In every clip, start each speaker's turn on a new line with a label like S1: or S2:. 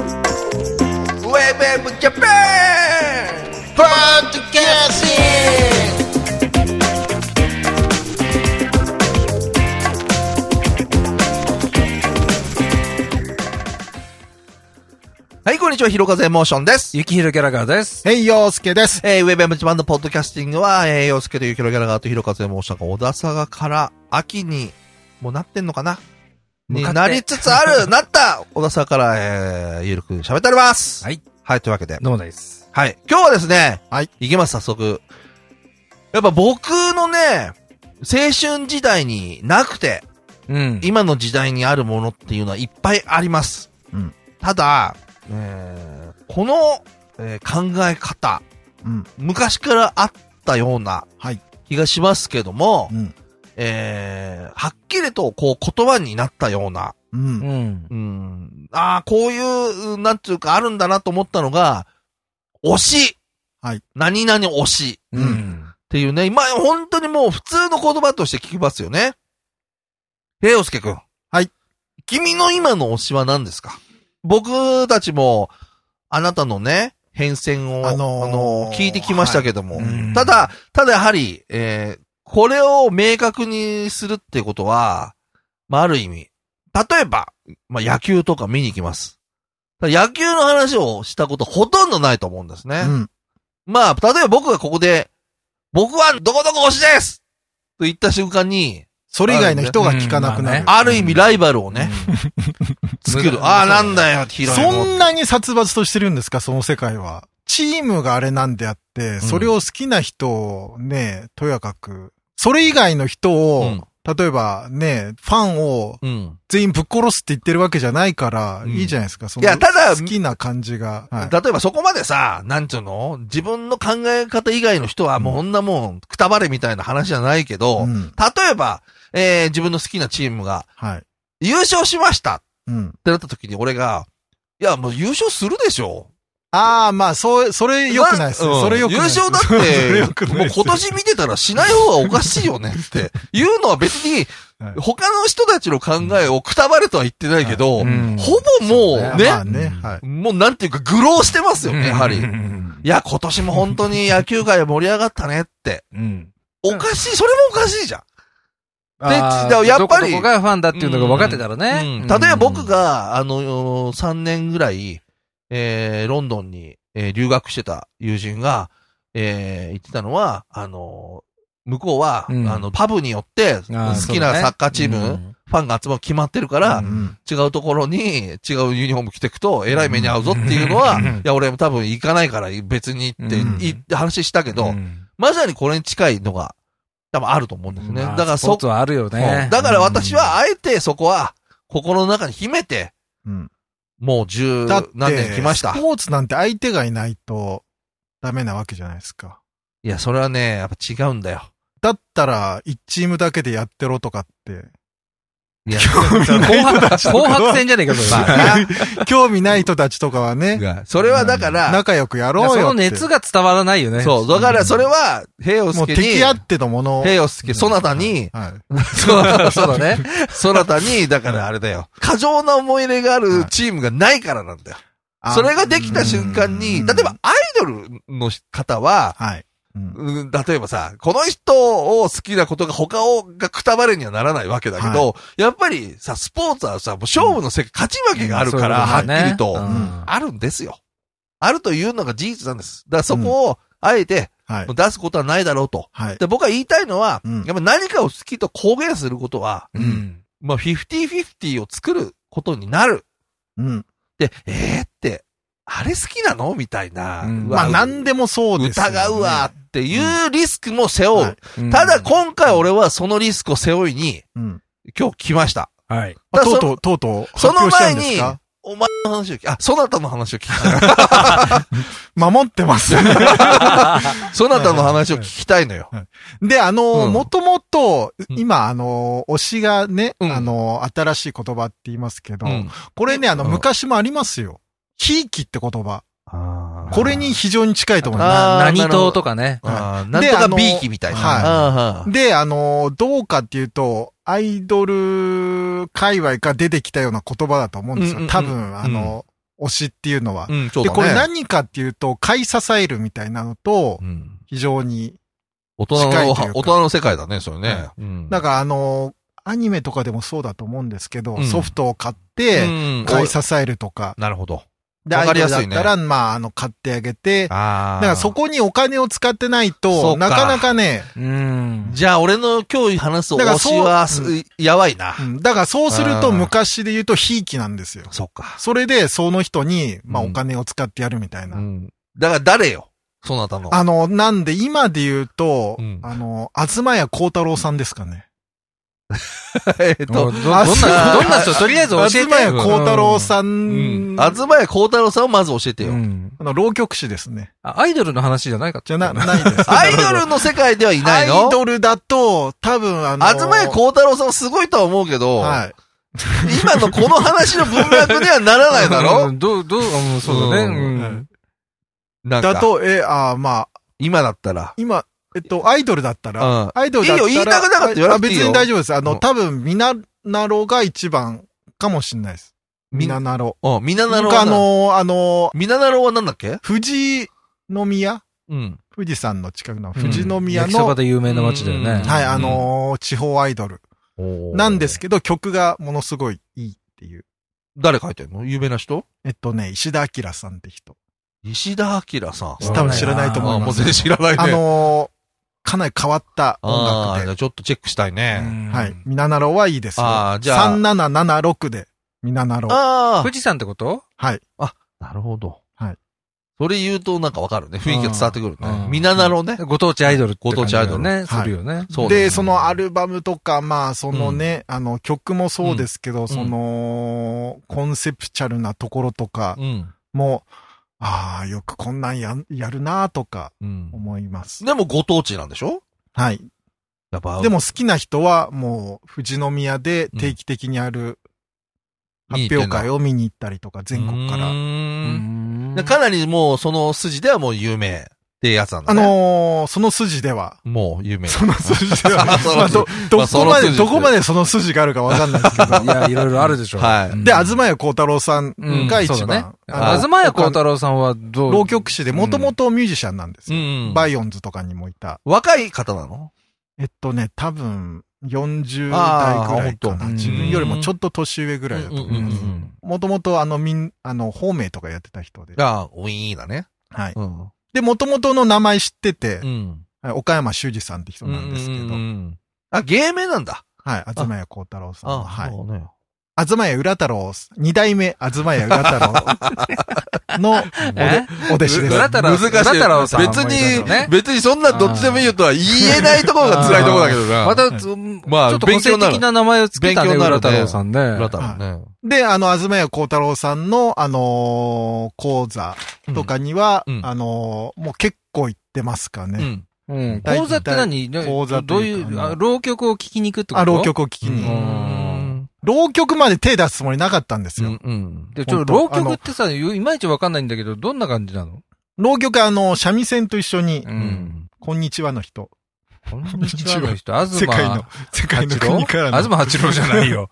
S1: ウェブウェブジャパンポッドキャスティングはい、こんにちは、ひろかぜモーションです。
S2: ゆきひろギャラガーです。
S3: ヘイヨースケです。
S1: えー、ウェブムチバンドポッドキャスティングは、えー、洋介というキロギャラガーと広和山大阪小田坂から秋に、もうなってんのかなに
S2: 向かって
S1: なりつつあ る、なった小田坂から、えー、ゆるく喋っております。
S2: はい。
S1: はい、というわけで。
S2: どうもです。
S1: はい。今日はですね、
S3: はい。
S1: きます、早速。やっぱ僕のね、青春時代になくて、
S2: うん。
S1: 今の時代にあるものっていうのはいっぱいあります。
S3: うん
S1: ただ、えーこの、えー考え方、
S3: うん。
S1: 昔からあったような
S3: はい
S1: 気がしますけども、
S3: うん。
S1: えーはっきりとこう言葉になったような、
S3: う。
S2: うんん。
S1: うん、ああ、こういう、なんていうかあるんだなと思ったのが、推し。
S3: はい。
S1: 何々推し。っ
S2: うん。
S1: ていうね、今、本当にもう普通の言葉として聞きますよね。レオスケ君。
S3: はい。
S1: 君の今の推しは何ですか僕たちも、あなたのね、変遷を、
S3: あのー
S1: 聞いてきましたけども、
S3: はい
S2: うん
S1: ただ、ただやはり、えーこれを明確にするってことは、まあ、ある意味、例えば、まあ、野球とか見に行きます。ただ野球の話をしたことほとんどないと思うんですね。
S3: うん。
S1: まあ、例えば僕がここで、僕はどこどこ推しですと言った瞬間に、
S3: それ以外の人が聞かなくなる。
S2: うんま
S1: ある意味ライバルをね、作
S2: うん
S1: る。ああ、なんだよ、ヒロイン
S3: そんなに殺伐としてるんですか、その世界は。チームがあれなんであって、それを好きな人をね、とやかく、それ以外の人を、
S1: うん
S3: 例えばね、ファンを
S1: うん。
S3: 全員ぶっ殺すって言ってるわけじゃないから、
S1: うん
S3: いいじゃないですか、そ
S1: い
S3: の
S1: や、ただ、
S3: 好きな感じが。はい
S1: 例えばそこまでさ、なんつうの自分の考え方以外の人はもうこんなもん、くたばれみたいな話じゃないけど、
S3: うん。
S1: 例えば、えー自分の好きなチームが
S3: はい。
S1: 優勝しましたっ
S3: うん。
S1: てなった時に俺が、いや、もう優勝するでしょ。
S3: ああ、まあ、そう、それ良くないですね。
S1: うん
S3: それ良くない。
S1: 優勝だ
S3: それ良く
S1: って、
S3: な
S1: も
S3: いうっすね
S1: 今年見てたらしない方がおかしいよねって、言うのは別に
S3: はい、
S1: 他の人たちの考えをくたばれとは言ってないけど、
S2: うん
S1: ほぼもうね、
S3: まあね、はい。
S1: もうなんていうか愚弄してますよね、やはり。
S2: う
S1: い
S2: ん。
S1: や、今年も本当に野球界盛り上がったねって。
S2: うん。
S1: おかしい、それもおかしいじゃん。で
S2: あー
S1: だからやっぱり
S2: どこどこがファンだっていうのが分かってたらね。
S1: うん例えば僕が、あの、3年ぐらい、えー、ロンドンに、えー留学してた友人が、えー、言ってたのは、あの、向こうは、
S2: うん
S1: あの、パブによって、好き
S2: あー、そうだ
S1: な
S2: ね
S1: サッカーチーム、
S2: うん
S1: ファンが集まる決まってるから、
S2: うん
S1: 違うところに、違うユニフォーム着てくと、えらい目に遭うぞっていうのは、
S2: うん
S1: いや、俺も多分行かないから別にって、
S2: うん
S1: い話したけど、
S2: うん
S1: まさにこれに近いのが、多分あると思うんですね。
S2: まあ
S1: だから
S2: ス
S1: そ
S2: ポーツはあるよね。
S1: だから私は、あえてそこは、心の中に秘めて、
S3: うん。
S1: もう十
S3: だって、
S1: 何年来ました。
S3: ス
S1: い
S3: ポーツなんて相手がいないとダメなわけじゃないですか。
S1: や、それはね、やっぱ違うんだよ。
S3: だったら、一チームだけでやってろと かって、
S1: いや、
S2: うん紅白、紅白戦じゃねえか、それ
S1: まあな
S3: 興味ない人たちとかはね、
S1: それはだから、
S3: 仲良くやろうよっ
S2: そ
S3: て。
S2: の熱が伝わらないよね。
S1: そう、だからそれは、平洋
S3: もう
S1: 介に、
S3: 敵あってのもの。
S1: 平洋介、そなた に、
S3: はい。
S1: そうそうだね。 そなたに、だからあれだよ。過剰な思い入れがあるチームがないからなんだよ。
S3: あ
S1: それができた瞬間
S3: う
S1: に、
S3: ん
S1: 例えばアイドルの方は、
S3: はい。うん
S1: うん例えばさ、この人を好きなことが他をがくたばれにはならないわけだけど、やっぱりさ、スポーツはさ、もう勝負の世界、勝ち負けがあるから、
S2: そういうことだね
S1: はっきりと、
S2: うん
S1: あるんですよ。あるというのが事実なんです。だからそこを、あえて、
S3: はい
S1: もう。出すことはないだろうと。
S3: はい。
S1: で、僕は言いたいのは、
S3: うん
S1: やっぱ何かを好きと公言することは、
S2: うん。
S1: まあ、50-50を作ることになる。
S3: うん。
S1: で、えーって、あれ好きなのみたいな。
S2: うん
S1: うわ
S3: まあ、なんでもそうですよね。
S1: 疑うわっていうリスクも背負う。
S3: はい
S2: うん
S1: ただ、今回俺はそのリスクを背負いに
S3: うん。
S1: 今日来ました。
S2: はい。
S3: あ
S1: だから
S3: と
S1: そう
S3: とう、とうとう、発
S1: その
S3: 表した
S1: 前
S3: んです
S1: に
S3: か、
S1: お前の話を聞き、あ、そなたの話を聞きた い。
S3: 守ってます。
S1: そなたの話を聞きたいのよ。
S3: で、あのー、
S1: うん
S3: もともと
S1: う、ん
S3: 今、あのー、推しがね、
S1: うん
S3: あのー、新しい言葉って言いますけど、
S1: うん
S3: これね、あの、
S1: うん
S3: 昔もありますよ。ひいきって言葉。
S1: あー
S3: これに、非常に近いと思い
S1: あ
S3: ま
S1: ー
S2: な何
S1: なるほど
S2: 党とかね。
S1: あーな
S3: で
S1: んと
S3: あ
S1: か
S3: の
S1: B 機みたいな。
S3: はい
S1: あ
S3: す。で、あのー、どうかっていうと、アイドル界隈が出てきたような言葉だと思うんです
S1: うんうんう
S3: よ。
S1: ん
S3: 多分、あの、推しっていうのは。
S1: うん、そう
S3: で、
S1: だね。
S3: これ何かっていうと、買い支えるみたいなのと
S1: う、ん
S3: 非常に、
S1: 大人
S3: 近
S1: の
S3: いという、か
S1: 大人の世界だね、それね
S3: は。
S1: うん
S3: なんかあの、アニメとかでもそうだと思うんですけど、
S1: うん
S3: ソフトを買って、
S1: うん
S3: 買い支えるとか、
S1: なるほど。
S3: で、
S1: わ
S3: アイ
S1: か
S3: ド
S1: りや
S3: ル
S1: すい
S3: だ
S1: ね
S3: ったら、まあ、あの、買ってあげて、だ
S1: ああ。
S3: からそ。こにお金を使ってない
S1: そ
S3: と、
S1: うか
S3: なかなかね、
S2: うん。
S1: じゃあ、俺の今日話すお
S3: だから
S1: 推
S3: そう
S1: しは、すやばいな
S3: う。んだからそうすると
S1: うん
S3: 昔で言うとひいきなんですよ。
S1: そっか。
S3: それで、その人に、まあ、
S1: う
S3: お
S1: ん
S3: 金を使ってやるみたいな。
S1: うん。だから誰よそなたの。
S3: あの、なんで、今で言うと、
S1: うん
S3: あの、東谷幸太郎さんですかね。
S1: えっと
S2: どど、んな、どんな人、とりあえず教え
S3: 東
S2: て。
S3: 谷幸太郎さん、
S1: うん。あずまや孝太郎さんをまず教えてよ
S2: う。ん
S3: あの、浪曲師ですね。
S2: あアイドルの話じゃないか
S3: じゃな、ないです。
S1: アイドルの世界ではいない
S3: ア
S1: の
S3: イドルだと、多分、あの、
S1: あずまや孝太郎さんはすごいとは思うけど、
S3: はい。
S1: 今のこの話の文脈にはならないだ
S2: う
S1: ろ
S2: んどう、どう、うんそうだね。
S1: う
S2: うん。
S1: なん
S3: だ
S1: か、
S3: と、え、あーまあ、
S1: 今だったら。
S3: 今、えっと、アイドルだったら、
S1: うん
S3: アイドルだったら。
S1: いいよ言いたくなかったら言わなくていいよ
S3: あ別に大丈夫です。あの、
S1: うん
S3: 多分、みな、なろが一番かもしれないです。みななろ。
S1: うん、みななろ
S3: 僕あ
S1: は、
S3: の、あの、
S1: みななろはなんだっけ
S3: 富士宮
S1: うん。
S3: 富士山の近くの
S2: うん
S3: 富士宮
S2: 焼きそ
S3: の、
S2: ばで有名な街だよね。
S1: うん
S3: はい、あのー地方アイドルなんですけど、曲がものすごいいいっていう。
S1: 誰書いてんの有名な人
S3: えっとね、石田明さんって人。
S1: 石田明さん。
S2: うん
S3: 多分知らないと
S1: あ
S3: 思い
S1: も
S3: ま
S1: う
S3: す。
S1: 全然知らないね。
S3: あのーかなり変わった音
S1: あー
S3: 楽
S1: じ
S3: で
S1: ゃ。あちょっとチェックしたいね。
S3: はい。みななろはいいですよ。
S1: あーじゃあ
S3: 3776で、みななろ。
S1: あ
S2: 富士山ってこと
S3: はい。
S1: あ。なるほど。
S3: はい。
S1: それ言うとなんかわかるね。雰囲気が伝わってくるね
S2: う。ん
S1: みななろね。
S2: ご当地アイドルって感じだよね。
S3: ご当
S2: す
S3: 地アイドル
S2: るよね。
S1: そうだね
S3: で、そのアルバムとか、まあ、そのね、あの、曲もそうですけど、その、コンセプチャルなところとか
S1: うん。
S3: も、ああ、よくこんなんやん、やるなとか
S1: うん。
S3: 思います。
S1: でもご当地なんでしょ
S3: はい。
S1: やっぱ。
S3: でも好きな人は、もう、富士宮で定期的にある
S1: 見に
S3: 発
S1: 行って
S3: 表
S1: んだ、
S3: 会を見に行ったりとか、全国か
S1: う
S3: ら。
S2: う
S1: ーん
S2: ん
S1: でかなりもうその筋ではもう有名ってやつなんだ
S3: あ
S1: ね。
S3: のーその筋では、
S1: もう有名。
S3: その筋では、
S1: あ その
S3: まあど、ど
S1: そ
S3: こ
S1: の
S3: ま
S1: 筋
S3: で、どこまでその筋があるかわかん ないですけど。
S2: いや、いろいろあるでしょ。
S1: はい
S2: うん
S3: で、東谷幸太郎さん
S2: うん
S3: が一
S2: そうだね
S3: 番。あ
S2: あ
S3: の
S2: 東谷幸太郎さんはどう
S3: 浪曲師で、もともとミュージシャンなんです
S1: う
S3: よ。
S1: ん。
S3: バイオンズとかにもいた。
S1: 若い方なの
S3: えっとね、多分、40代ぐらいか
S1: あーほん
S3: な。
S1: と
S3: 自分よりもちょっと年上ぐらいだと思います。
S1: ん。
S3: もともとあの、みん、あの、方名とかやってた人で。
S1: が、ウィーンだね。
S3: はい。
S1: うん。
S3: で、もともとの名前知ってて
S1: う、ん。
S3: はい岡山修司さんって人なんですけ
S1: う
S3: ど、はい、
S1: んあ、芸名なんだ。
S3: 東谷幸太郎さん。
S1: あ、
S3: はい。
S1: そうね。
S3: 東谷浦太郎、二代目東谷浦太郎の
S2: え
S3: お弟子です。
S2: 浦太郎
S1: 難しい
S2: 浦太郎さん
S1: 別
S2: もいるけどね
S1: に、別にそんなどっちでもいいよとは言えないところが辛いところだけどな。
S2: また、
S3: はい
S2: うん
S1: まあ
S2: ちょっと個性的な名前をつけたね、
S1: 勉強になる
S2: 浦
S1: ね
S2: 太郎さんね。
S1: 裏だもんね。
S3: で、あの、あずまやこうたろうさんの、あのー講座とかには、
S1: うんうん
S3: あのーもう結構行ってますか
S1: う
S3: ね。
S1: ん。
S2: うん。講座って何
S3: 講座
S2: ど
S3: と
S2: う
S3: い
S2: いう
S3: か
S2: う、あ浪曲を聴きに行くってこと
S3: あ、浪。曲を聞きに。
S2: うん
S3: 浪曲まで手出すつもりなかったんです
S1: う
S3: よ。
S1: ん。うん。
S2: で、ちょっと浪
S3: 本当
S2: 曲ってさ、いまいちわかんないんだけど、どんな感じなの
S3: 浪曲、あの、三味線と一緒に、
S2: う
S1: う。ん。
S3: こんにちはの人。
S2: こんにちはの 人、あず
S3: 世
S2: ま。
S3: 界の、世界の国からの。
S2: あずま八郎じゃない よ。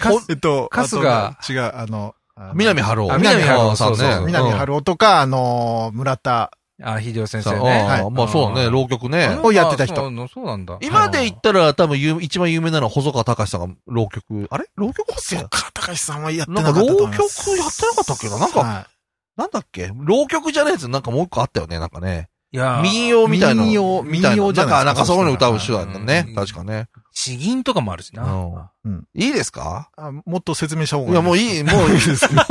S2: か
S3: えっと、
S2: 春日
S3: あと違う、あの、あの
S1: 南春夫。
S2: あ南春夫
S1: さん
S2: そうそう
S1: ね。
S3: 南春夫とか、あのー村田。
S2: あ、秀夫先
S1: さ
S2: 生
S1: ん
S2: ね。
S1: あ
S3: は
S1: あ
S3: い
S1: まあそうね、浪曲ね。
S3: をやってた人
S2: あそうそうなんだ。
S1: 今で言ったら多分有一番有名なのは細川隆さんが浪曲、あれ浪曲だっけ
S3: そうか、高橋さんはやって
S1: な
S3: なんか
S1: か
S3: った
S1: 浪
S3: と
S1: 曲
S3: 思
S1: やって
S3: います。
S1: なかったっけななんか、
S3: はい
S1: なんだっけ浪曲じゃないやつなんかもう一個あったよね、なんかね。
S2: いやー
S1: 民謡みたいな。
S3: 民謡
S1: みたい
S3: 民謡じゃない
S1: んか、なんかそういうの歌う人だった
S2: う
S1: ね
S2: ん。
S1: 確かね。
S2: 詩吟とかもあるしな。
S1: いいですか
S3: あもっと説明した方が
S1: いや、もういい、もういいですよ。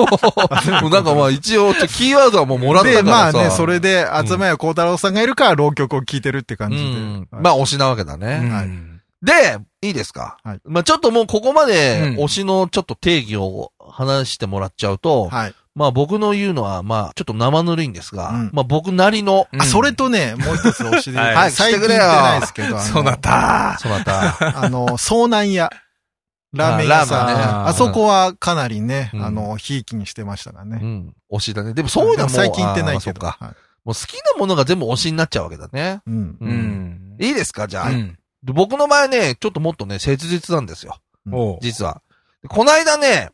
S1: もうなんかまあ一応、ちょキーワードはもうもらったからさ。
S3: で、まあね、それ
S1: で
S3: で、あつまやこうたろうさんがいるから、浪曲を聴いてるって感じで。はい
S1: まあ推しなわけだ
S2: う
S1: ね。
S2: ん
S3: はい
S1: で、いいですか
S3: はい
S1: まあちょっともうここまで
S2: うん
S1: 推しのちょっと定義を話してもらっちゃうと、
S3: はい。
S1: まあ僕の言うのは、まあちょっと生ぬるいんですが、
S3: うん
S1: まあ僕なりの、
S2: うん
S3: あ、それとね、もう一つお知り
S2: はい
S1: はい
S3: 最近
S1: して
S3: 言
S1: くれ
S3: って
S1: よ
S3: ないですけど、あの
S2: そうなっ。た。
S1: そな た、
S3: あの、遭難屋。ラーメン屋さん
S1: あ
S3: ね。
S1: ラーメン
S2: ね
S3: あそこはかなりね、
S1: うん
S3: あの、ひいきにしてましたが
S1: う
S3: ね。
S1: ん、推しだね。でもそういうのはもう、
S3: 最近行ってないけ
S1: あー
S3: ど。
S1: そうか。
S3: はい
S1: もう好きなものが全部推しになっちゃうわけだね。
S3: うん。
S1: う
S2: うんん。
S1: いいですかじゃあ、
S2: うん
S1: で僕の場合ね、ちょっともっとね、切実なんですよ。
S2: おう。
S1: 実は。でこの間ね、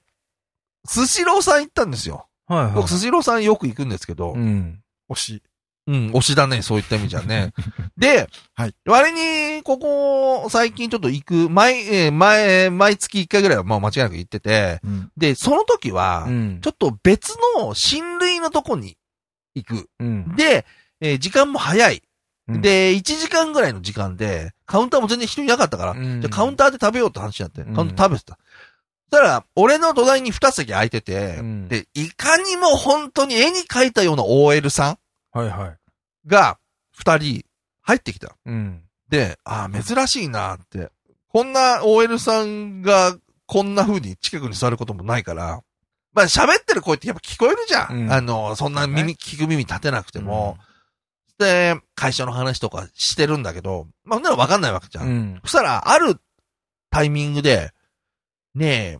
S1: スシローさん行ったんですよ。
S2: はいはい
S1: 僕、。スシローさんよく行くんですけど
S2: う、ん。
S3: 推し。
S1: うん、推しだね、そういった意味じゃ ね。で、
S3: はい
S1: 割に、ここ、最近ちょっと行く、毎、えー毎、毎月1回ぐらいは、まあ間違いなく行ってて、
S3: うん。
S1: で、その時は
S2: う、ん
S1: ち。ょっと別の親類のとこに行く。
S2: うん。
S1: で、えー時間も早い。
S2: うん
S1: で、1時間ぐらいの時間で、カウンターも全然人いなかったから、
S2: うん
S1: じゃあカウンターで食べようって話になって、
S2: うん
S1: カウンター食べてた。そしたら、俺の土台に2席空いてて、
S2: うん
S1: で、いかにも本当に絵に描いたような OL さ
S2: はいはい。
S1: んが、2人入ってきた。
S2: うん。
S1: で、ああ、珍しいなって。こんな OL さんが、こんな風に近くに座ることもないから、まあ喋ってる声ってやっぱ聞こえるじゃん。
S2: うん
S1: あの、そんな耳、
S2: ね
S1: 聞く耳立てなくても。で、会社の話とかしてるんだけど、まあ、そんなのわかんないわけじゃ。
S2: うんん。
S1: そしたら、あるタイミングで、ねえ、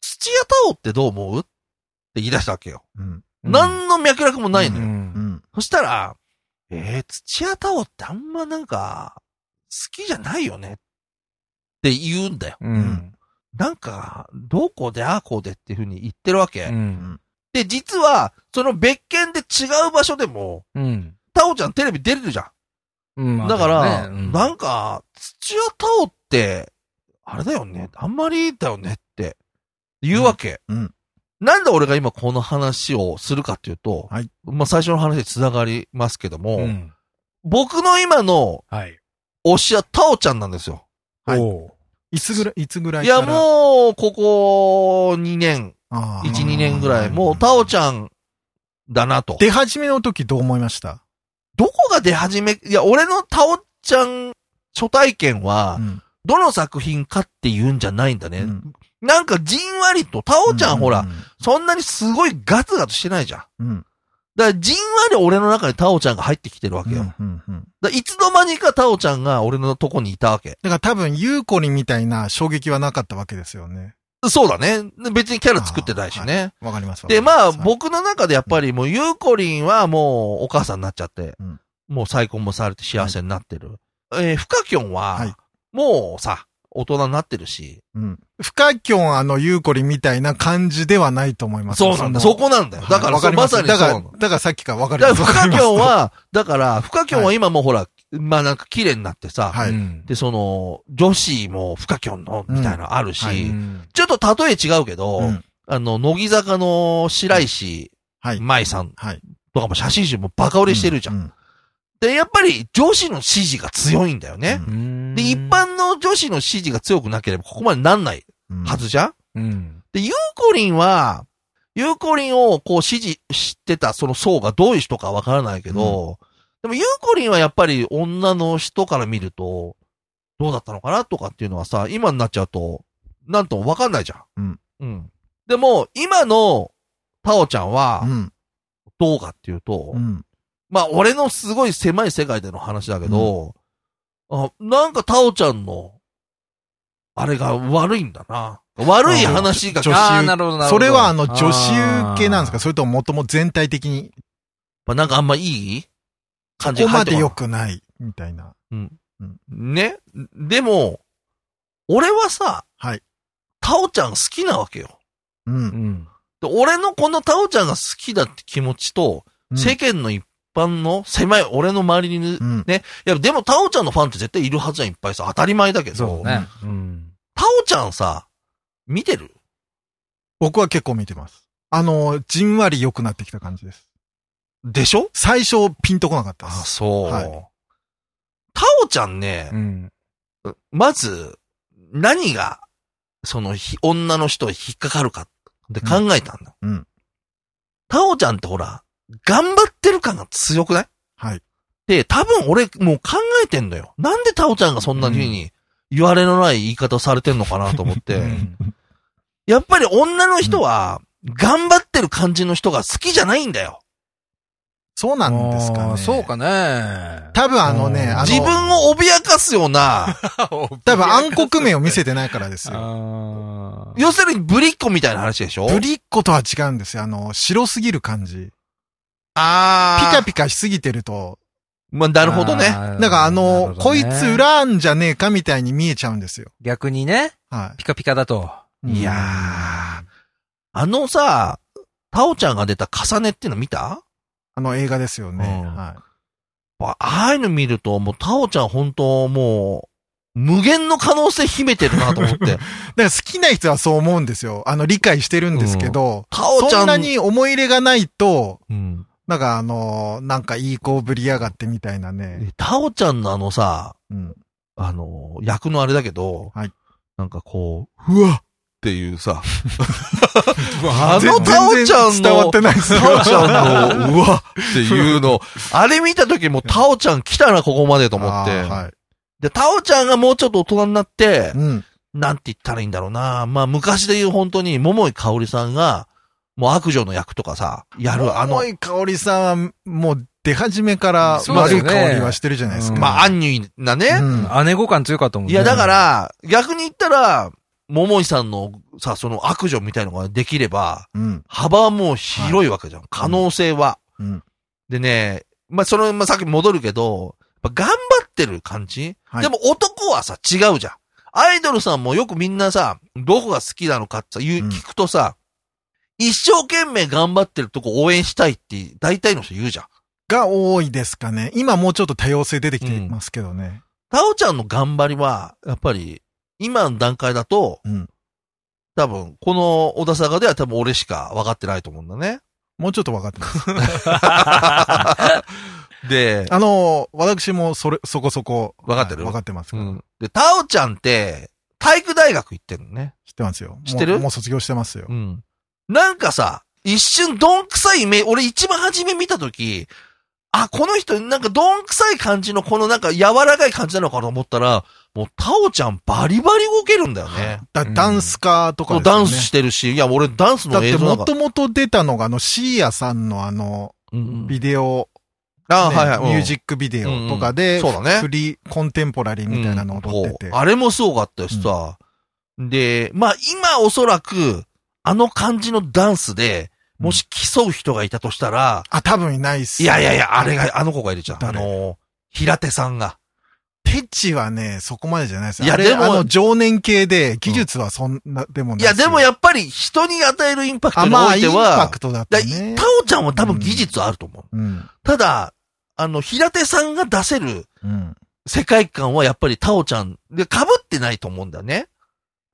S1: 土屋太鳳ってどう思うって言い出したわけよ。
S3: うん。
S2: うん
S1: 何の脈絡もないのよ。
S3: う
S2: よ。
S3: ん。
S1: そしたら、えー、土屋太鳳ってあんまなんか、好きじゃないよねって言うんだよ。
S2: うんん。
S1: なんか、どうこうでああこうでっていう風に言ってるわけ。
S2: うん。
S1: で、実は、その別件で違う場所でも、
S2: うん。
S1: 太鳳ちゃんテレビ出れるじゃん。
S2: うん。まあ
S1: だから、
S2: ねうん
S1: なんか、土屋太鳳って、あれだよね、あんまりだよねって、言うわけ。
S3: うんうん
S1: なんで俺が今この話をするかっていうと、
S3: はい
S1: まあ最初の話で繋がりますけども、
S2: うん。
S1: 僕の今の
S2: はい。
S1: 推しは太鳳ちゃんなんですよ。
S3: はい
S2: おう。
S3: いつぐらい、いつぐらい
S1: い
S3: から
S1: や、もう、ここ2年、
S3: あー
S1: 1、2年ぐらい、もう太
S3: タオ
S1: 鳳ちゃんだなと。
S3: 出始めの時どう思いました
S1: どこが出始め、いや、俺の太鳳ちゃん初体験は
S3: う、ん
S1: どの作品かって言うんじゃないんだね。
S3: うん
S1: なんかじんわりと、タオちゃんほら、。そんなにすごいガツガツしてないじゃん。
S3: うん。うん
S1: だからじんわり俺の中にタオちゃんが入ってきてるわ
S3: う
S1: けよ。だか
S3: んうんうん
S1: らいつの間にかタオちゃんが俺のとこにいたわけ。
S3: だから多分、ゆうこりんみたいな衝撃はなかったわけですよね。
S1: そうだね。別にキャラ作ってないしね。
S3: わかります。
S1: で、
S3: わか
S1: まあ、
S3: りす、
S1: 僕の中でやっぱりもう、ゆうこりんはもう、お母さんになっちゃって、
S3: うん
S1: もう再婚もされて幸せになってる。えー、ふかきょんは、
S3: はい
S1: もうさ、大人になってるし、
S3: うん。不可きょんあの、ゆうこりんみたいな感じはないと思います。
S1: そうなんだ。
S3: の
S1: そこなんだよ。
S3: はい
S1: だから、
S3: わか
S1: そう
S3: り
S1: ますさにそ
S3: だ
S1: うな
S3: から
S1: の、。
S3: だからさっきからわかり
S1: だ
S3: ま
S1: から、
S3: す。
S1: フ
S3: わか
S1: カ
S3: りま
S1: キ
S3: す
S1: ョン、は、だから、フカキョンは今もほら、まあなんか綺麗になってさ、
S3: はい
S2: うん
S1: で、その、女子もフカキョンの、みたいなのあるし、
S3: うんはい
S2: うん
S1: ちょっと例え違うけど、
S3: うん
S1: あの、乃木坂の白石
S3: はい。
S1: 舞さん
S3: はい。
S1: とかも写真集もバカ売れしてるじゃん。
S3: うう
S1: で、やっぱり女子の支持が強いんだよね。
S2: うん
S1: で、一般の女子の支持が強くなければここまでなんない
S3: うん
S1: はずじゃん、
S2: うん。
S1: で、ゆうこりんは、ゆうこりんをこう支持してたその層がどういう人かわからないけど、でもゆうこりんはやっぱり女の人から見ると、どうだったのかなとかっていうのはさ、今になっちゃうと、なんともわかんないじゃん。
S3: うん。
S1: うん。でも、今の、たおちゃんは
S3: う、ん。
S1: どうかっていうと、
S3: うん。
S1: まあ、俺のすごい狭い世界での話だけど、あ、なんかたおちゃんの、あれが悪いんだな。悪い話が
S3: 女子
S2: あーなるほどなるほ
S3: そ
S2: ど
S3: れはあの、女子受けなんですかそれとももとも全体的に、
S1: まあ、なんかあんまいい
S3: こ
S1: 感じ
S3: こ
S1: が入っ
S3: ま
S1: て
S3: で
S1: こな
S3: 良
S1: い
S3: くない、みたいな。
S1: ね。でも、俺はさ、
S3: はい。
S1: タオちゃん好きなわけよ。
S3: う。
S2: うんん。
S1: で俺のこのタオちゃんが好きだって気持ちと、
S3: うん
S1: 世間の一般の狭い俺の周りに、い
S3: うん。
S1: や、でもタオちゃんのファンって絶対いるはずじゃん、いっぱいさ。当たり前だけ
S2: そう
S1: ど。
S2: だね。うん。
S1: タオちゃんさ、見てる
S3: 僕は結構見てます。あの、じんわり良くなってきた感じです。
S1: でしょ
S3: 最初、ピンとこなかったです。
S1: そう
S3: はい
S1: タオちゃんね、
S2: うん。
S1: まず、何が、そのひ、女の人に引っかかるかって考えたんだ。
S3: うんうん
S1: タオちゃんってほら、頑張ってる感が強くない
S3: はい。
S1: で、多分俺もう考えてんのよ。なんでタオちゃんがそんな風に言われのない言い方されてんのかなと思 って。
S2: うん
S1: やっぱり女の人は、頑張ってる感じの人が好きじゃないんだよ。
S3: そうなんですか
S2: あ
S3: ね。
S2: ーそう。かね。
S3: 多分あの
S2: う
S3: ね、
S2: ん
S3: あ
S1: 自
S3: の、
S1: 分を脅かすよう な、
S3: 多分暗黒面を見せてないからですよ。
S2: あー
S1: 要するにブリッコみたいな話でしょ
S3: ぶりっ子とは違うんですよ。あの、白すぎる感じ。ピ
S1: あー。
S3: カピカしすぎてると、
S1: まあ、なるほどね。
S2: あー
S3: だからあの、
S2: なるほど
S3: こい
S2: ね
S3: つ裏んじゃねえかみたいに見えちゃうんですよ。
S2: 逆にね、
S3: は
S2: ピカピカだと。
S3: い。うん
S1: いやー、あのさ、タオちゃんが出た重ねっていうの見た
S3: あの映画ですよね。
S1: うん
S3: は
S1: ああいうの見ると、もうタオちゃん本当もう、無限の可能性秘めてるなと思 って。
S3: い。だから好きな人はそう思うんですよ。あの、理解してるんですけど、
S1: タオちゃん。
S3: そんなに思い入れがないと、
S1: うん。
S3: なんかあの、なんかいい子ぶりやがってみたいなね。
S1: タオちゃんのあのさ、
S3: うん。
S1: あの、役のあれだけど、
S3: はい
S1: なんかこう、
S3: う
S1: っ
S3: わ
S1: ていう さ、
S2: あ
S1: あのタオちゃん
S3: 全然伝わ
S1: の
S3: っ、てないですよ
S1: タオちゃんの、うわっていう の、あれ見た時もタオちゃん来たな、ここまでと思って。
S3: あーはい。
S1: で、タオちゃんがもうちょっと大人になって、
S3: うん。
S1: なんて言ったらいいんだろうな。まあ、昔で言う本当に、桃井かおりさんが、もう悪女の役とかさ、やる、あの
S3: 桃、井かおりさんは、もう出始めから
S2: そうだ
S3: 悪
S2: よ
S3: い
S2: ね
S3: 香りはしてるじゃないですか。
S2: うん
S1: まあ、アンニュイなね。
S3: うん
S2: 姉御感強かったもんね。
S1: いや、だか、ら、逆に言ったら、桃井さんのさ、その悪女みたいのができれば、
S3: うん。
S1: 幅はもう広いわけじゃん。可能性は。
S3: うん
S1: でね、まあ、その、まあ、さっき戻るけど、やっぱ頑張ってる感じ、
S3: はい
S1: でも男はさ、違うじゃん。アイドルさんもよくみんなさ、どこが好きなのかってさ、言う
S3: うん
S1: 聞くとさ、一生懸命頑張ってるとこ応援したいって、大体の人言うじゃん。
S3: が多いですかね。今もうちょっと多様性出てきてますけどね。
S1: タオちゃんの頑張りは、やっぱり、今の段階だと、
S3: うん
S1: 多分、この小田坂では多分俺しか分かってないと思うんだね。
S3: もうちょっと分かってます。
S1: で、
S3: あの、私もそれ、そこそこ。
S1: 分かってる
S3: はい分かってます
S1: う
S3: から。
S1: ん、で、タオちゃんって、体育大学行ってるのね。
S3: 知ってますよ。もう
S1: 知ってる
S3: もう卒業してますよ
S1: う。ん。なんかさ、一瞬どんくさいイメージ、俺一番初め見たとき、あ、この人、なんかどんくさい感じの、このなんか柔らかい感じなのかと思ったら、もうタオちゃんバリバリ動けるんだよね。
S3: だ
S2: うん
S3: ダンスカーとか
S1: もう
S3: ですよ
S1: ダ
S3: ね
S1: ンスしてるし、いや、俺ダンス
S3: だっ
S1: の映
S3: て
S1: 像なん
S3: も
S1: か。
S3: ともと出たのが、あの、シーヤさんのあの、
S1: うんうん
S3: ビデオ、
S1: あ、
S3: ね
S1: はいはい。
S3: ミュージ
S1: ッ
S3: ックビデオとかで、
S1: うんうんそうだね
S3: フリーコンテンポラリーみたいなのを撮ってて。
S1: あれもすごかったしさ。で、まあ今おそらく、あの感じのダンスで、もし競う人がいたとしたら、
S3: あ、多分いないっす。
S1: いやいやいや、あれが、あの子がいるじゃん。あ
S3: 誰
S1: の、平手さんが。
S3: ペチはね、そこまでじゃないです
S1: いや
S3: あれ
S1: でも
S3: あの、常年系で、技術はそんな、でもない
S1: いや、でも
S3: っ
S1: やっぱり人に与えるインパクト
S3: あ、
S1: に
S3: ま
S1: お
S3: あ、
S1: い
S3: イ
S1: て
S3: ンパ
S1: は
S3: ク、トだっ
S1: だ
S3: た
S1: い
S3: ね
S1: タ。オちゃんは多分技術あると思う。
S3: うん。
S1: ただ、あの、平手さんが出せる
S3: うん。
S1: 世界観はやっぱりタオちゃんで被ってないと思うんだよね。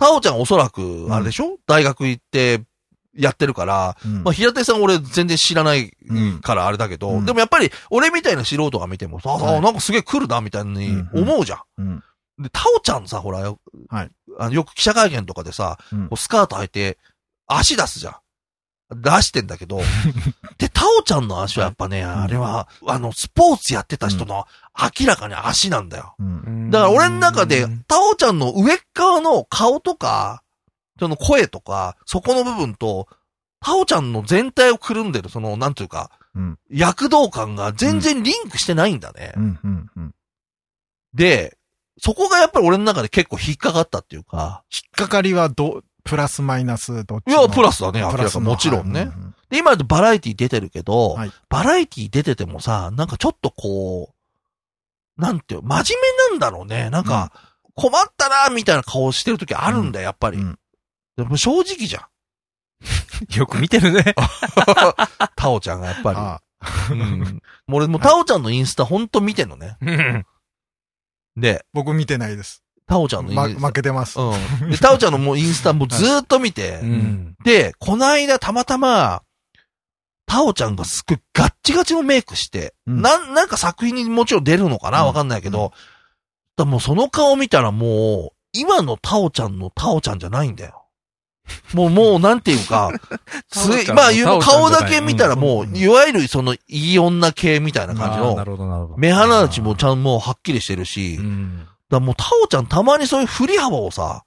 S1: タオちゃんおそらく、あれでしょ、大学行ってやってるから、
S3: うん
S1: まあ平手さん俺全然知らない
S3: うん
S1: からあれだけど、
S3: うん
S1: でもやっぱり俺みたいな素人が見ても、あ
S3: は
S1: あ、
S3: い
S1: なんかすげえ来るなみたいに思うじゃん。
S3: うん。
S1: で、タオちゃんさ、ほら、よ
S3: はい
S1: あのよく記者会見とかでさ、
S3: うん
S1: こうスカート履いて、足出すじゃん。出してんだけ ど、で、タオちゃんの足はやっぱね、
S3: い
S1: あれは、あの、スポーツやってた人の明らかに足なんだよ。
S3: うん
S1: だから俺の中で、タオちゃんの上っ側の顔とか、その声とか、そこの部分と、タオちゃんの全体をくるんでる、その、なんていうか、
S3: うん
S1: 躍動感が全然リンクしてないんだね。
S3: うん。うん。うん。
S1: で、そこがやっぱり俺の中で結構引っかかったっていうか、
S3: 引っかかりは、ど、プラスマイナス、どっち
S1: い
S3: の
S1: や、プラスだね、明
S3: プ
S1: ら
S3: ラ
S1: か
S3: ス
S1: に
S3: の
S1: もちろん
S3: は
S1: ね
S3: い。うん
S1: で、今バラエティ出てるけど、
S3: はい
S1: バラエティ出ててもさ、なんかちょっとこう、なんていう、真面目なんだろうね。なんか、困ったな、みたいな顔してる時あるんだよ、やっぱり。
S3: うん
S1: でも正直じゃん。
S2: よく見てるね。
S1: タオちゃんがやっぱ
S3: あ
S1: り。うん、もう俺もうタオちゃんのインスタほんと見てんのね。で、
S3: 僕見てないです。
S1: タオちゃんのイン
S3: ま、
S1: スタ。
S3: 負けてます。
S1: うん。で、タオちゃんのもうインスタもずーっと見て、
S2: うん。
S1: で、この間たまたま、タオちゃんがすっごいガッチガチのメイクして、
S3: うん
S1: なん、なんか作品にもちろん出るのかな
S3: うん
S1: わかんないけど、だもうその顔見たらもう、今のタオちゃんのタオちゃんじゃないんだ よ。もう、もう、なんていうか、す
S2: タオちゃんの
S1: まあ、言う
S2: タオちゃんじゃな
S1: 顔
S2: い
S1: だけ見たらも
S3: う
S1: う、
S3: ん
S1: いわゆるその、いい女系みたいな感じ
S2: あーな
S1: の、
S2: るほど、なるほど。
S1: 目鼻立ちもちゃんもうはっきりしてるし、
S2: う
S1: だか
S2: ん。
S1: らもうタオちゃんたまにそういう振り幅をさ、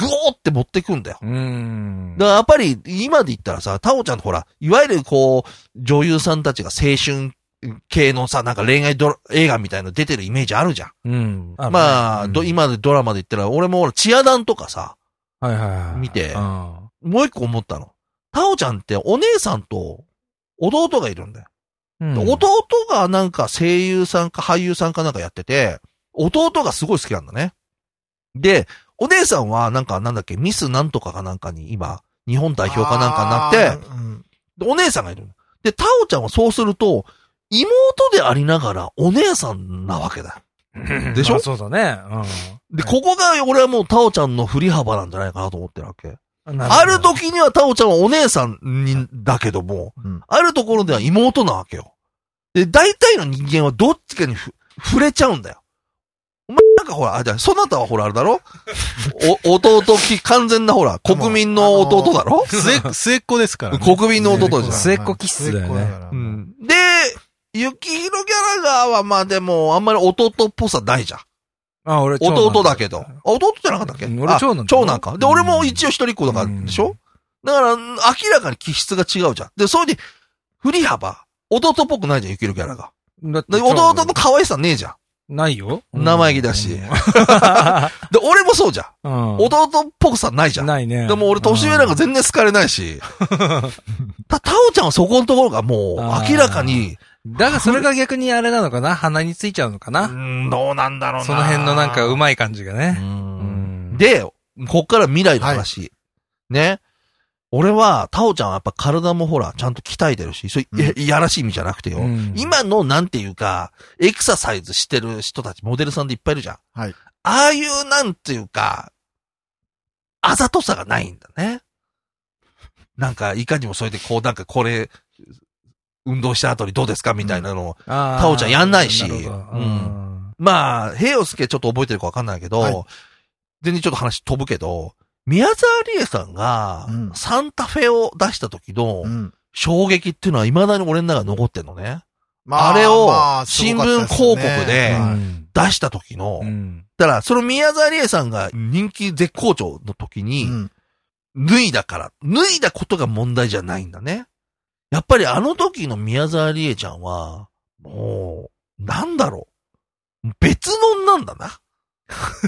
S1: ぐおーって持ってくんだよ。
S2: うん。
S1: だからやっぱり今で言ったらさ、タオちゃんってほら、いわゆるこう、女優さんたちが青春系のさ、なんか恋愛ドラ映画みたいの出てるイメージあるじゃん。
S2: うん。るね
S1: まあ、ど、、今でドラマで言ったら、俺もほら、チアダンとかさ、
S2: うんはいはいはい。
S1: 見て
S2: うん
S1: もう一個思ったの。タオちゃんってお姉さんと弟がいるんだよ。
S2: うん
S1: で弟がなんか声優さんか俳優さんかなんかやってて、弟がすごい好きなんだね。で、お姉さんはなんかなんだっけ、ミスなんとかかなんかに今、日本代表かなんかになって、
S3: て、
S1: でお姉さんがいる。で、タオちゃんはそうすると、妹でありながらお姉さんなわけだ。
S2: うん
S1: でしょ
S2: まあそうだね。
S1: で、
S3: はい
S1: ここが俺はもうタオちゃんの振り幅なんじゃないかなと思ってるわけ。
S2: うん。
S1: ある
S2: と
S1: 時にはタオちゃんはお姉さんに、だけども、
S3: うん
S1: あるところでは妹なわけよ。で、大体の人間はどっちかにふ触れちゃうんだよ。お前なんかほら、あ、じゃあそなたはほらあれだろお、 弟き、完全なほら、国民の弟だろ
S3: 末 っ末っ子ですからね。
S1: 国民の弟じゃん
S2: 末っ子気質だよね
S3: 末っ子から
S1: うん。で、雪広ギャラガーはまあでも、あんまり弟っぽさないじゃん。
S2: あ、俺、長男
S1: 弟だけど。あ弟じゃなかったっけ
S2: うん俺長男だ
S1: あ長男か。で、
S2: うん
S1: 俺も一応一人っ子だからでしょ、
S2: うん
S1: だから、明らかに気質が違うじゃん。で、それに、振り幅、弟っぽくないじゃん、ゆきるキャラが。
S2: だって
S1: で弟の可愛さねえじゃん。
S2: ないよ。
S1: 生意気だし
S2: うん。
S1: で、俺もそうじゃん。
S2: うん
S1: 弟っぽくさないじゃん。
S2: ないね。
S1: でも俺年上なんか
S2: 全
S1: 全然好かれない し。た、タオちゃんはそこのところがもう
S2: あー
S1: 明らかに、
S2: だがそれが逆にあれなのかな鼻についちゃうのか
S1: う
S2: な
S1: ーん、どうなんだろうな。
S2: その辺のなんかうまい感じがね。
S1: うん
S2: うん
S1: で、こっから未来の話。ね。俺は、タオちゃんはやっぱ体もほら、ちゃんと鍛えてるし、それ、
S3: うん
S1: いやいやらしい意味じゃなくてよ。
S2: うん
S1: 今の、なんていうか、エクササイズしてる人たち、モデルさんでいっぱいいるじゃん。
S3: はい
S1: ああいう、なんていうか、あざとさがないんだね。なんか、いかにもそれで、こう、なんか、これ、運動した後にどうですかみたいなのを。タ
S2: タ
S1: オちゃんやんないし
S2: るほど
S1: うんまあ、平洋介ちょっと覚えてるかわかんないけど、
S3: はい
S1: 全然ちょっと話飛ぶけど、宮沢りえさんが
S3: うん、
S1: サンタフェを出した時の
S3: うん
S1: 衝撃っていうのは未だに俺の中に残ってんのね。
S3: ま
S1: あ
S3: あ
S1: れを
S3: まあすごかったですね
S1: 新聞広告で
S3: はい
S1: 出した時の、
S2: うん
S1: だから、その宮沢りえさんが人気絶好調の時に、
S3: うん
S1: 脱いだから、脱いだことが問題じゃないんだね。やっぱりあの時の宮沢りえちゃんは、もう、なんだろう。別のなんだな。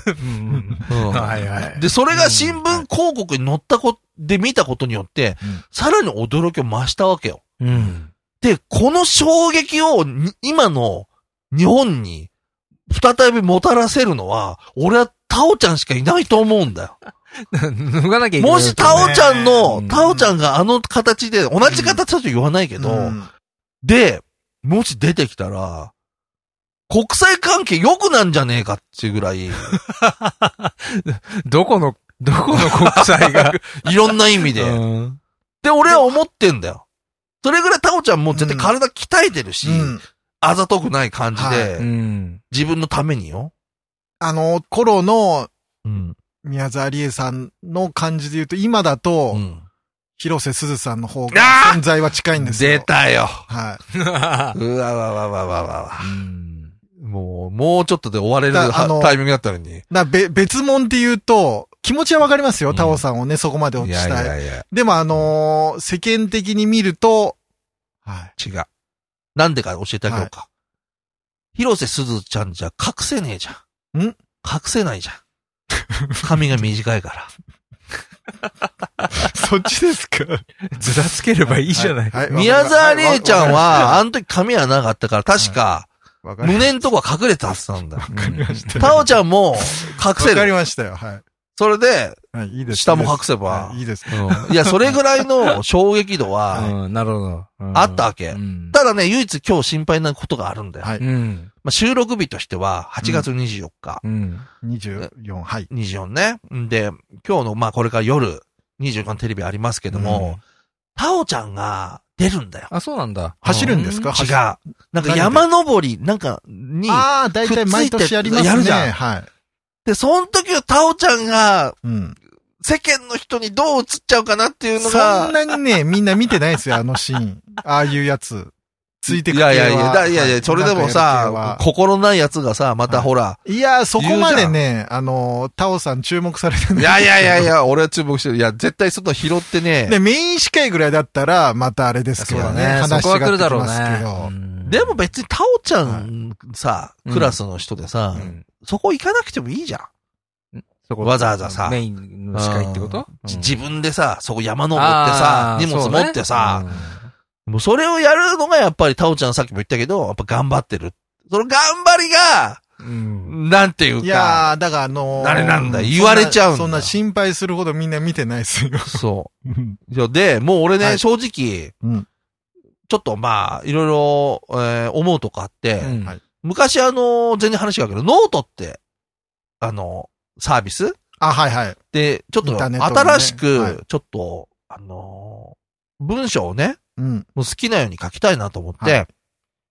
S2: うん
S3: はいはい。
S1: で、それが新聞広告に載ったこ、で見たことによって、
S3: うん
S1: さらに驚きを増したわけよ。
S2: うん。
S1: で、この衝撃をに今の日本に再びもたらせるのは、俺はタオちゃんしかいないと思うんだよ。
S2: 脱がなきゃいけない。
S1: もしタオちゃんの、
S2: うん
S1: タオちゃんがあの形で、同じ形だと言わないけど、
S3: うん
S1: で、もし出てきたら、国際関係良くなんじゃねえかっていうぐらい、い
S2: どこの、どこの国 際が。
S1: ろんな意味 で。
S2: うん
S1: で、俺は思ってんだよ。それぐらいタオちゃんも絶対体鍛えてるし、
S3: うん
S1: あざとくない感じで、
S3: は
S2: うん。
S1: 自分のためによ。
S3: あの頃の
S1: うん。
S3: 宮沢りえさんの感じで言うと、今だと、
S1: うん。
S3: 広瀬すずさんの方
S1: あ
S3: が
S1: ー
S3: 存在は近いんですよ。
S1: 出たよ。
S3: は
S1: うわわわわわわわ。
S2: うん
S1: もう、もうちょっとで終われる
S3: だあの
S1: はタイミングだったのに。い
S3: い。な、べ、別物で言うと、気持ちはわかりますよ、
S1: うん
S3: タオさんをね、そこまで
S1: や
S3: 落
S1: い
S3: ちたい。
S1: やいや、
S3: でもあのー世間的に見ると、はい。
S1: 違う。なんでか教えてあげようか。広瀬すずちゃんじゃ隠せねえじゃん。
S3: ん
S1: 隠せないじゃん。髪が短い から。
S3: そっちですか
S2: ずらつければいいじゃない。
S3: はい
S1: 宮沢りえちゃん、は、
S3: わ
S1: あの時髪はなかったから、確か、
S3: わかり
S1: 胸のとこは隠れてたはず なんだよ。
S3: ました。
S1: タオ
S3: ゃ
S1: ちゃんも隠せ
S3: わかり
S1: る。
S3: ましたよ、はい。
S1: それで、
S3: はい、いいです。
S1: 下も隠せば
S3: はいいいです。
S1: いや、それぐらいの衝撃度 は、
S2: うんなるほど。うん
S1: あったわけ
S2: うん
S1: ただね、唯一今日心配なことがあるんだよ。
S3: はい
S2: うん。
S1: まあ、収録日としては、8月24日、
S2: うん。
S3: 24、はい。
S1: 24ね。んで、今日の、まあ、これから夜、24間テレビありますけども、タオちゃんが出るんだよ。
S2: あ、そうなんだ。
S3: 走るんですか
S1: 違う
S3: 走。
S1: なんか山登り、なんか、に、
S3: ああ、だいたい毎年やりますね。
S1: くっついてやるじゃん
S3: はい。
S1: で、その時はタオちゃんが、
S3: うん。
S1: 世間の人にどう映っちゃうかなっていうのが、
S3: そんなにね、みんな見てないですよ、あのシ ーン。ああいうやつ。ついてく
S1: い
S3: 系は
S1: やいやいや、だいやい
S3: は
S1: や、それでもさ、心ない奴がさ、またほら、
S3: いや、そこまでね、あの、タオさん注目されて ない
S1: いやいやいやい や、俺は注目してる。いや、絶対外拾ってね。
S3: で、メイン司会ぐらいだったら、またあれですけ
S2: そう
S3: ど
S2: だ
S3: ね。
S2: ね。そ
S3: 話
S2: こは
S3: が
S2: 来るだろう
S3: ますけど
S2: ね。うん
S1: でも、別にタオちゃんさ、
S2: い
S1: クラスの人でさ、
S2: うん
S1: そこ行かなくてもいいじゃん。
S2: そこ
S1: わざわざさ
S2: メインの司会ってこと
S1: じ自分でさ、そこ山登ってさ、荷物持ってさ、、
S2: うん
S1: もうそれをやるのがやっぱりタオちゃんさっきも言ったけど、やっぱ頑張ってる。その頑張りが、
S2: うん。
S1: なんていうか。
S3: いやー、だからあのー、
S1: あれなんだ言われちゃうんだ
S3: そんな心配するほどみんな見てないですよ。
S1: そういや。で、もう俺ね、
S3: はい
S1: 正直、
S3: うん
S1: ちょっとまあ、いろいろ、えー思うとこあって、
S2: うん
S3: はい
S1: 昔あの、全然話があるけど、ノートって、あの、サービス
S3: あ、はいはい。
S1: で、ちょっ
S3: イン
S1: と
S3: ターネットのね
S1: 新し
S3: はい
S1: く、ちょっと、あのー、文章をね、
S3: うん。
S1: もう好きなように書きたいなと思って、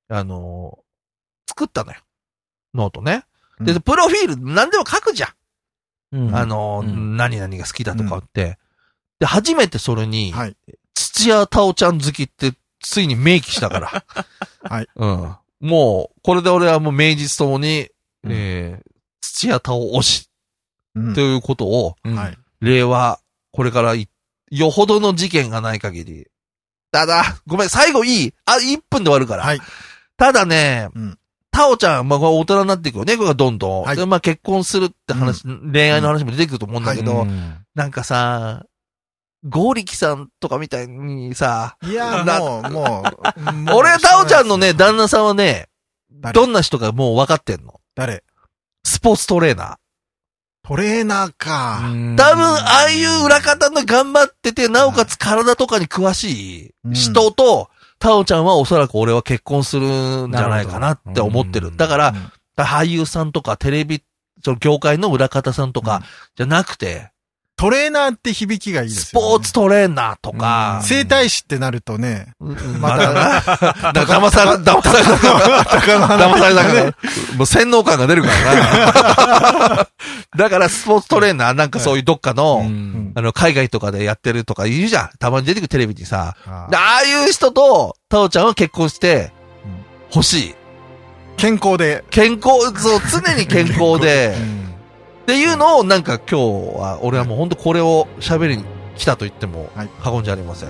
S3: は
S1: あのー作ったのよ。ノートね。
S3: う
S1: で、
S3: ん
S1: プロフィール何でも書くじゃん。
S2: うん
S1: あ、のー、
S2: うん
S1: 何々が好きだとかって。で、初めてそれに、
S3: はい。
S1: 土屋太鳳ちゃん好きって、ついに明記したから。
S3: はい。
S1: うん。もう、これで俺はもう名実ともに、
S2: うん
S1: えー、土屋太鳳推し
S3: うん
S1: ということを、
S2: うん
S3: はい。
S1: 令和、これからい、よほどの事件がない限り。ただ、ごめん、最後いいあ、1分で終わるから。
S3: はい。
S1: ただね、
S3: うん
S1: タオちゃん、まあ、これ大人になっていくよね、これがどんどん。
S3: はい
S1: でまあ、結婚するって話、恋愛の話も出てくると思うんだけど、
S2: うん
S1: なんかさ、ゴーリキさんとかみたいにさ、
S3: いや
S1: な
S3: ー、もう、もうもう。
S1: 俺、タオちゃんのね、旦
S3: 那。
S1: 那さんはね、
S3: 誰
S1: どんな人かもう分かってんの。
S3: 誰
S1: スポーツトレーナ
S3: トレーナー
S2: う
S3: か。
S1: ー。
S2: ん
S1: 多分、ああいう裏方の頑張ってて、なおかつ体とかに詳しい人と、タオちゃんはおそらく俺は結婚するんじゃないかなって思って
S2: なるほ
S1: る。
S2: ど
S1: だか
S3: う
S1: ら、
S3: ん
S1: 俳優さんとかテレビ、その業界の裏方さんと
S3: う
S1: か
S3: ん
S1: じゃなくて、
S3: トレーナーって響きがいいで
S1: ス
S3: すよね。
S1: ポーツトレーナーとか、
S3: 整体師ってなるとね、
S1: うん
S3: ま
S1: また
S3: た
S1: な、だから騙され、騙されたから、
S3: 高野花
S1: 騙されたから、もう洗脳感が出るから な。だからスポーツトレーナーなんかそういうどっかの、
S2: うん
S1: あの、海外とかでやってるとかいるじゃん。たまに出てくるテレビにさ。
S3: あ
S1: でああいう人と、タオちゃんは結婚して
S3: うん、
S1: 欲しい。
S3: 健康で。
S1: 健康、そう、常に健康で、 っていうのをなんか今日は、俺はもう本当これを喋りに来たと言っても
S3: はい
S1: 過言じゃありません。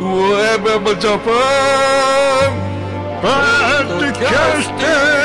S4: Web of Japan! Fantastic!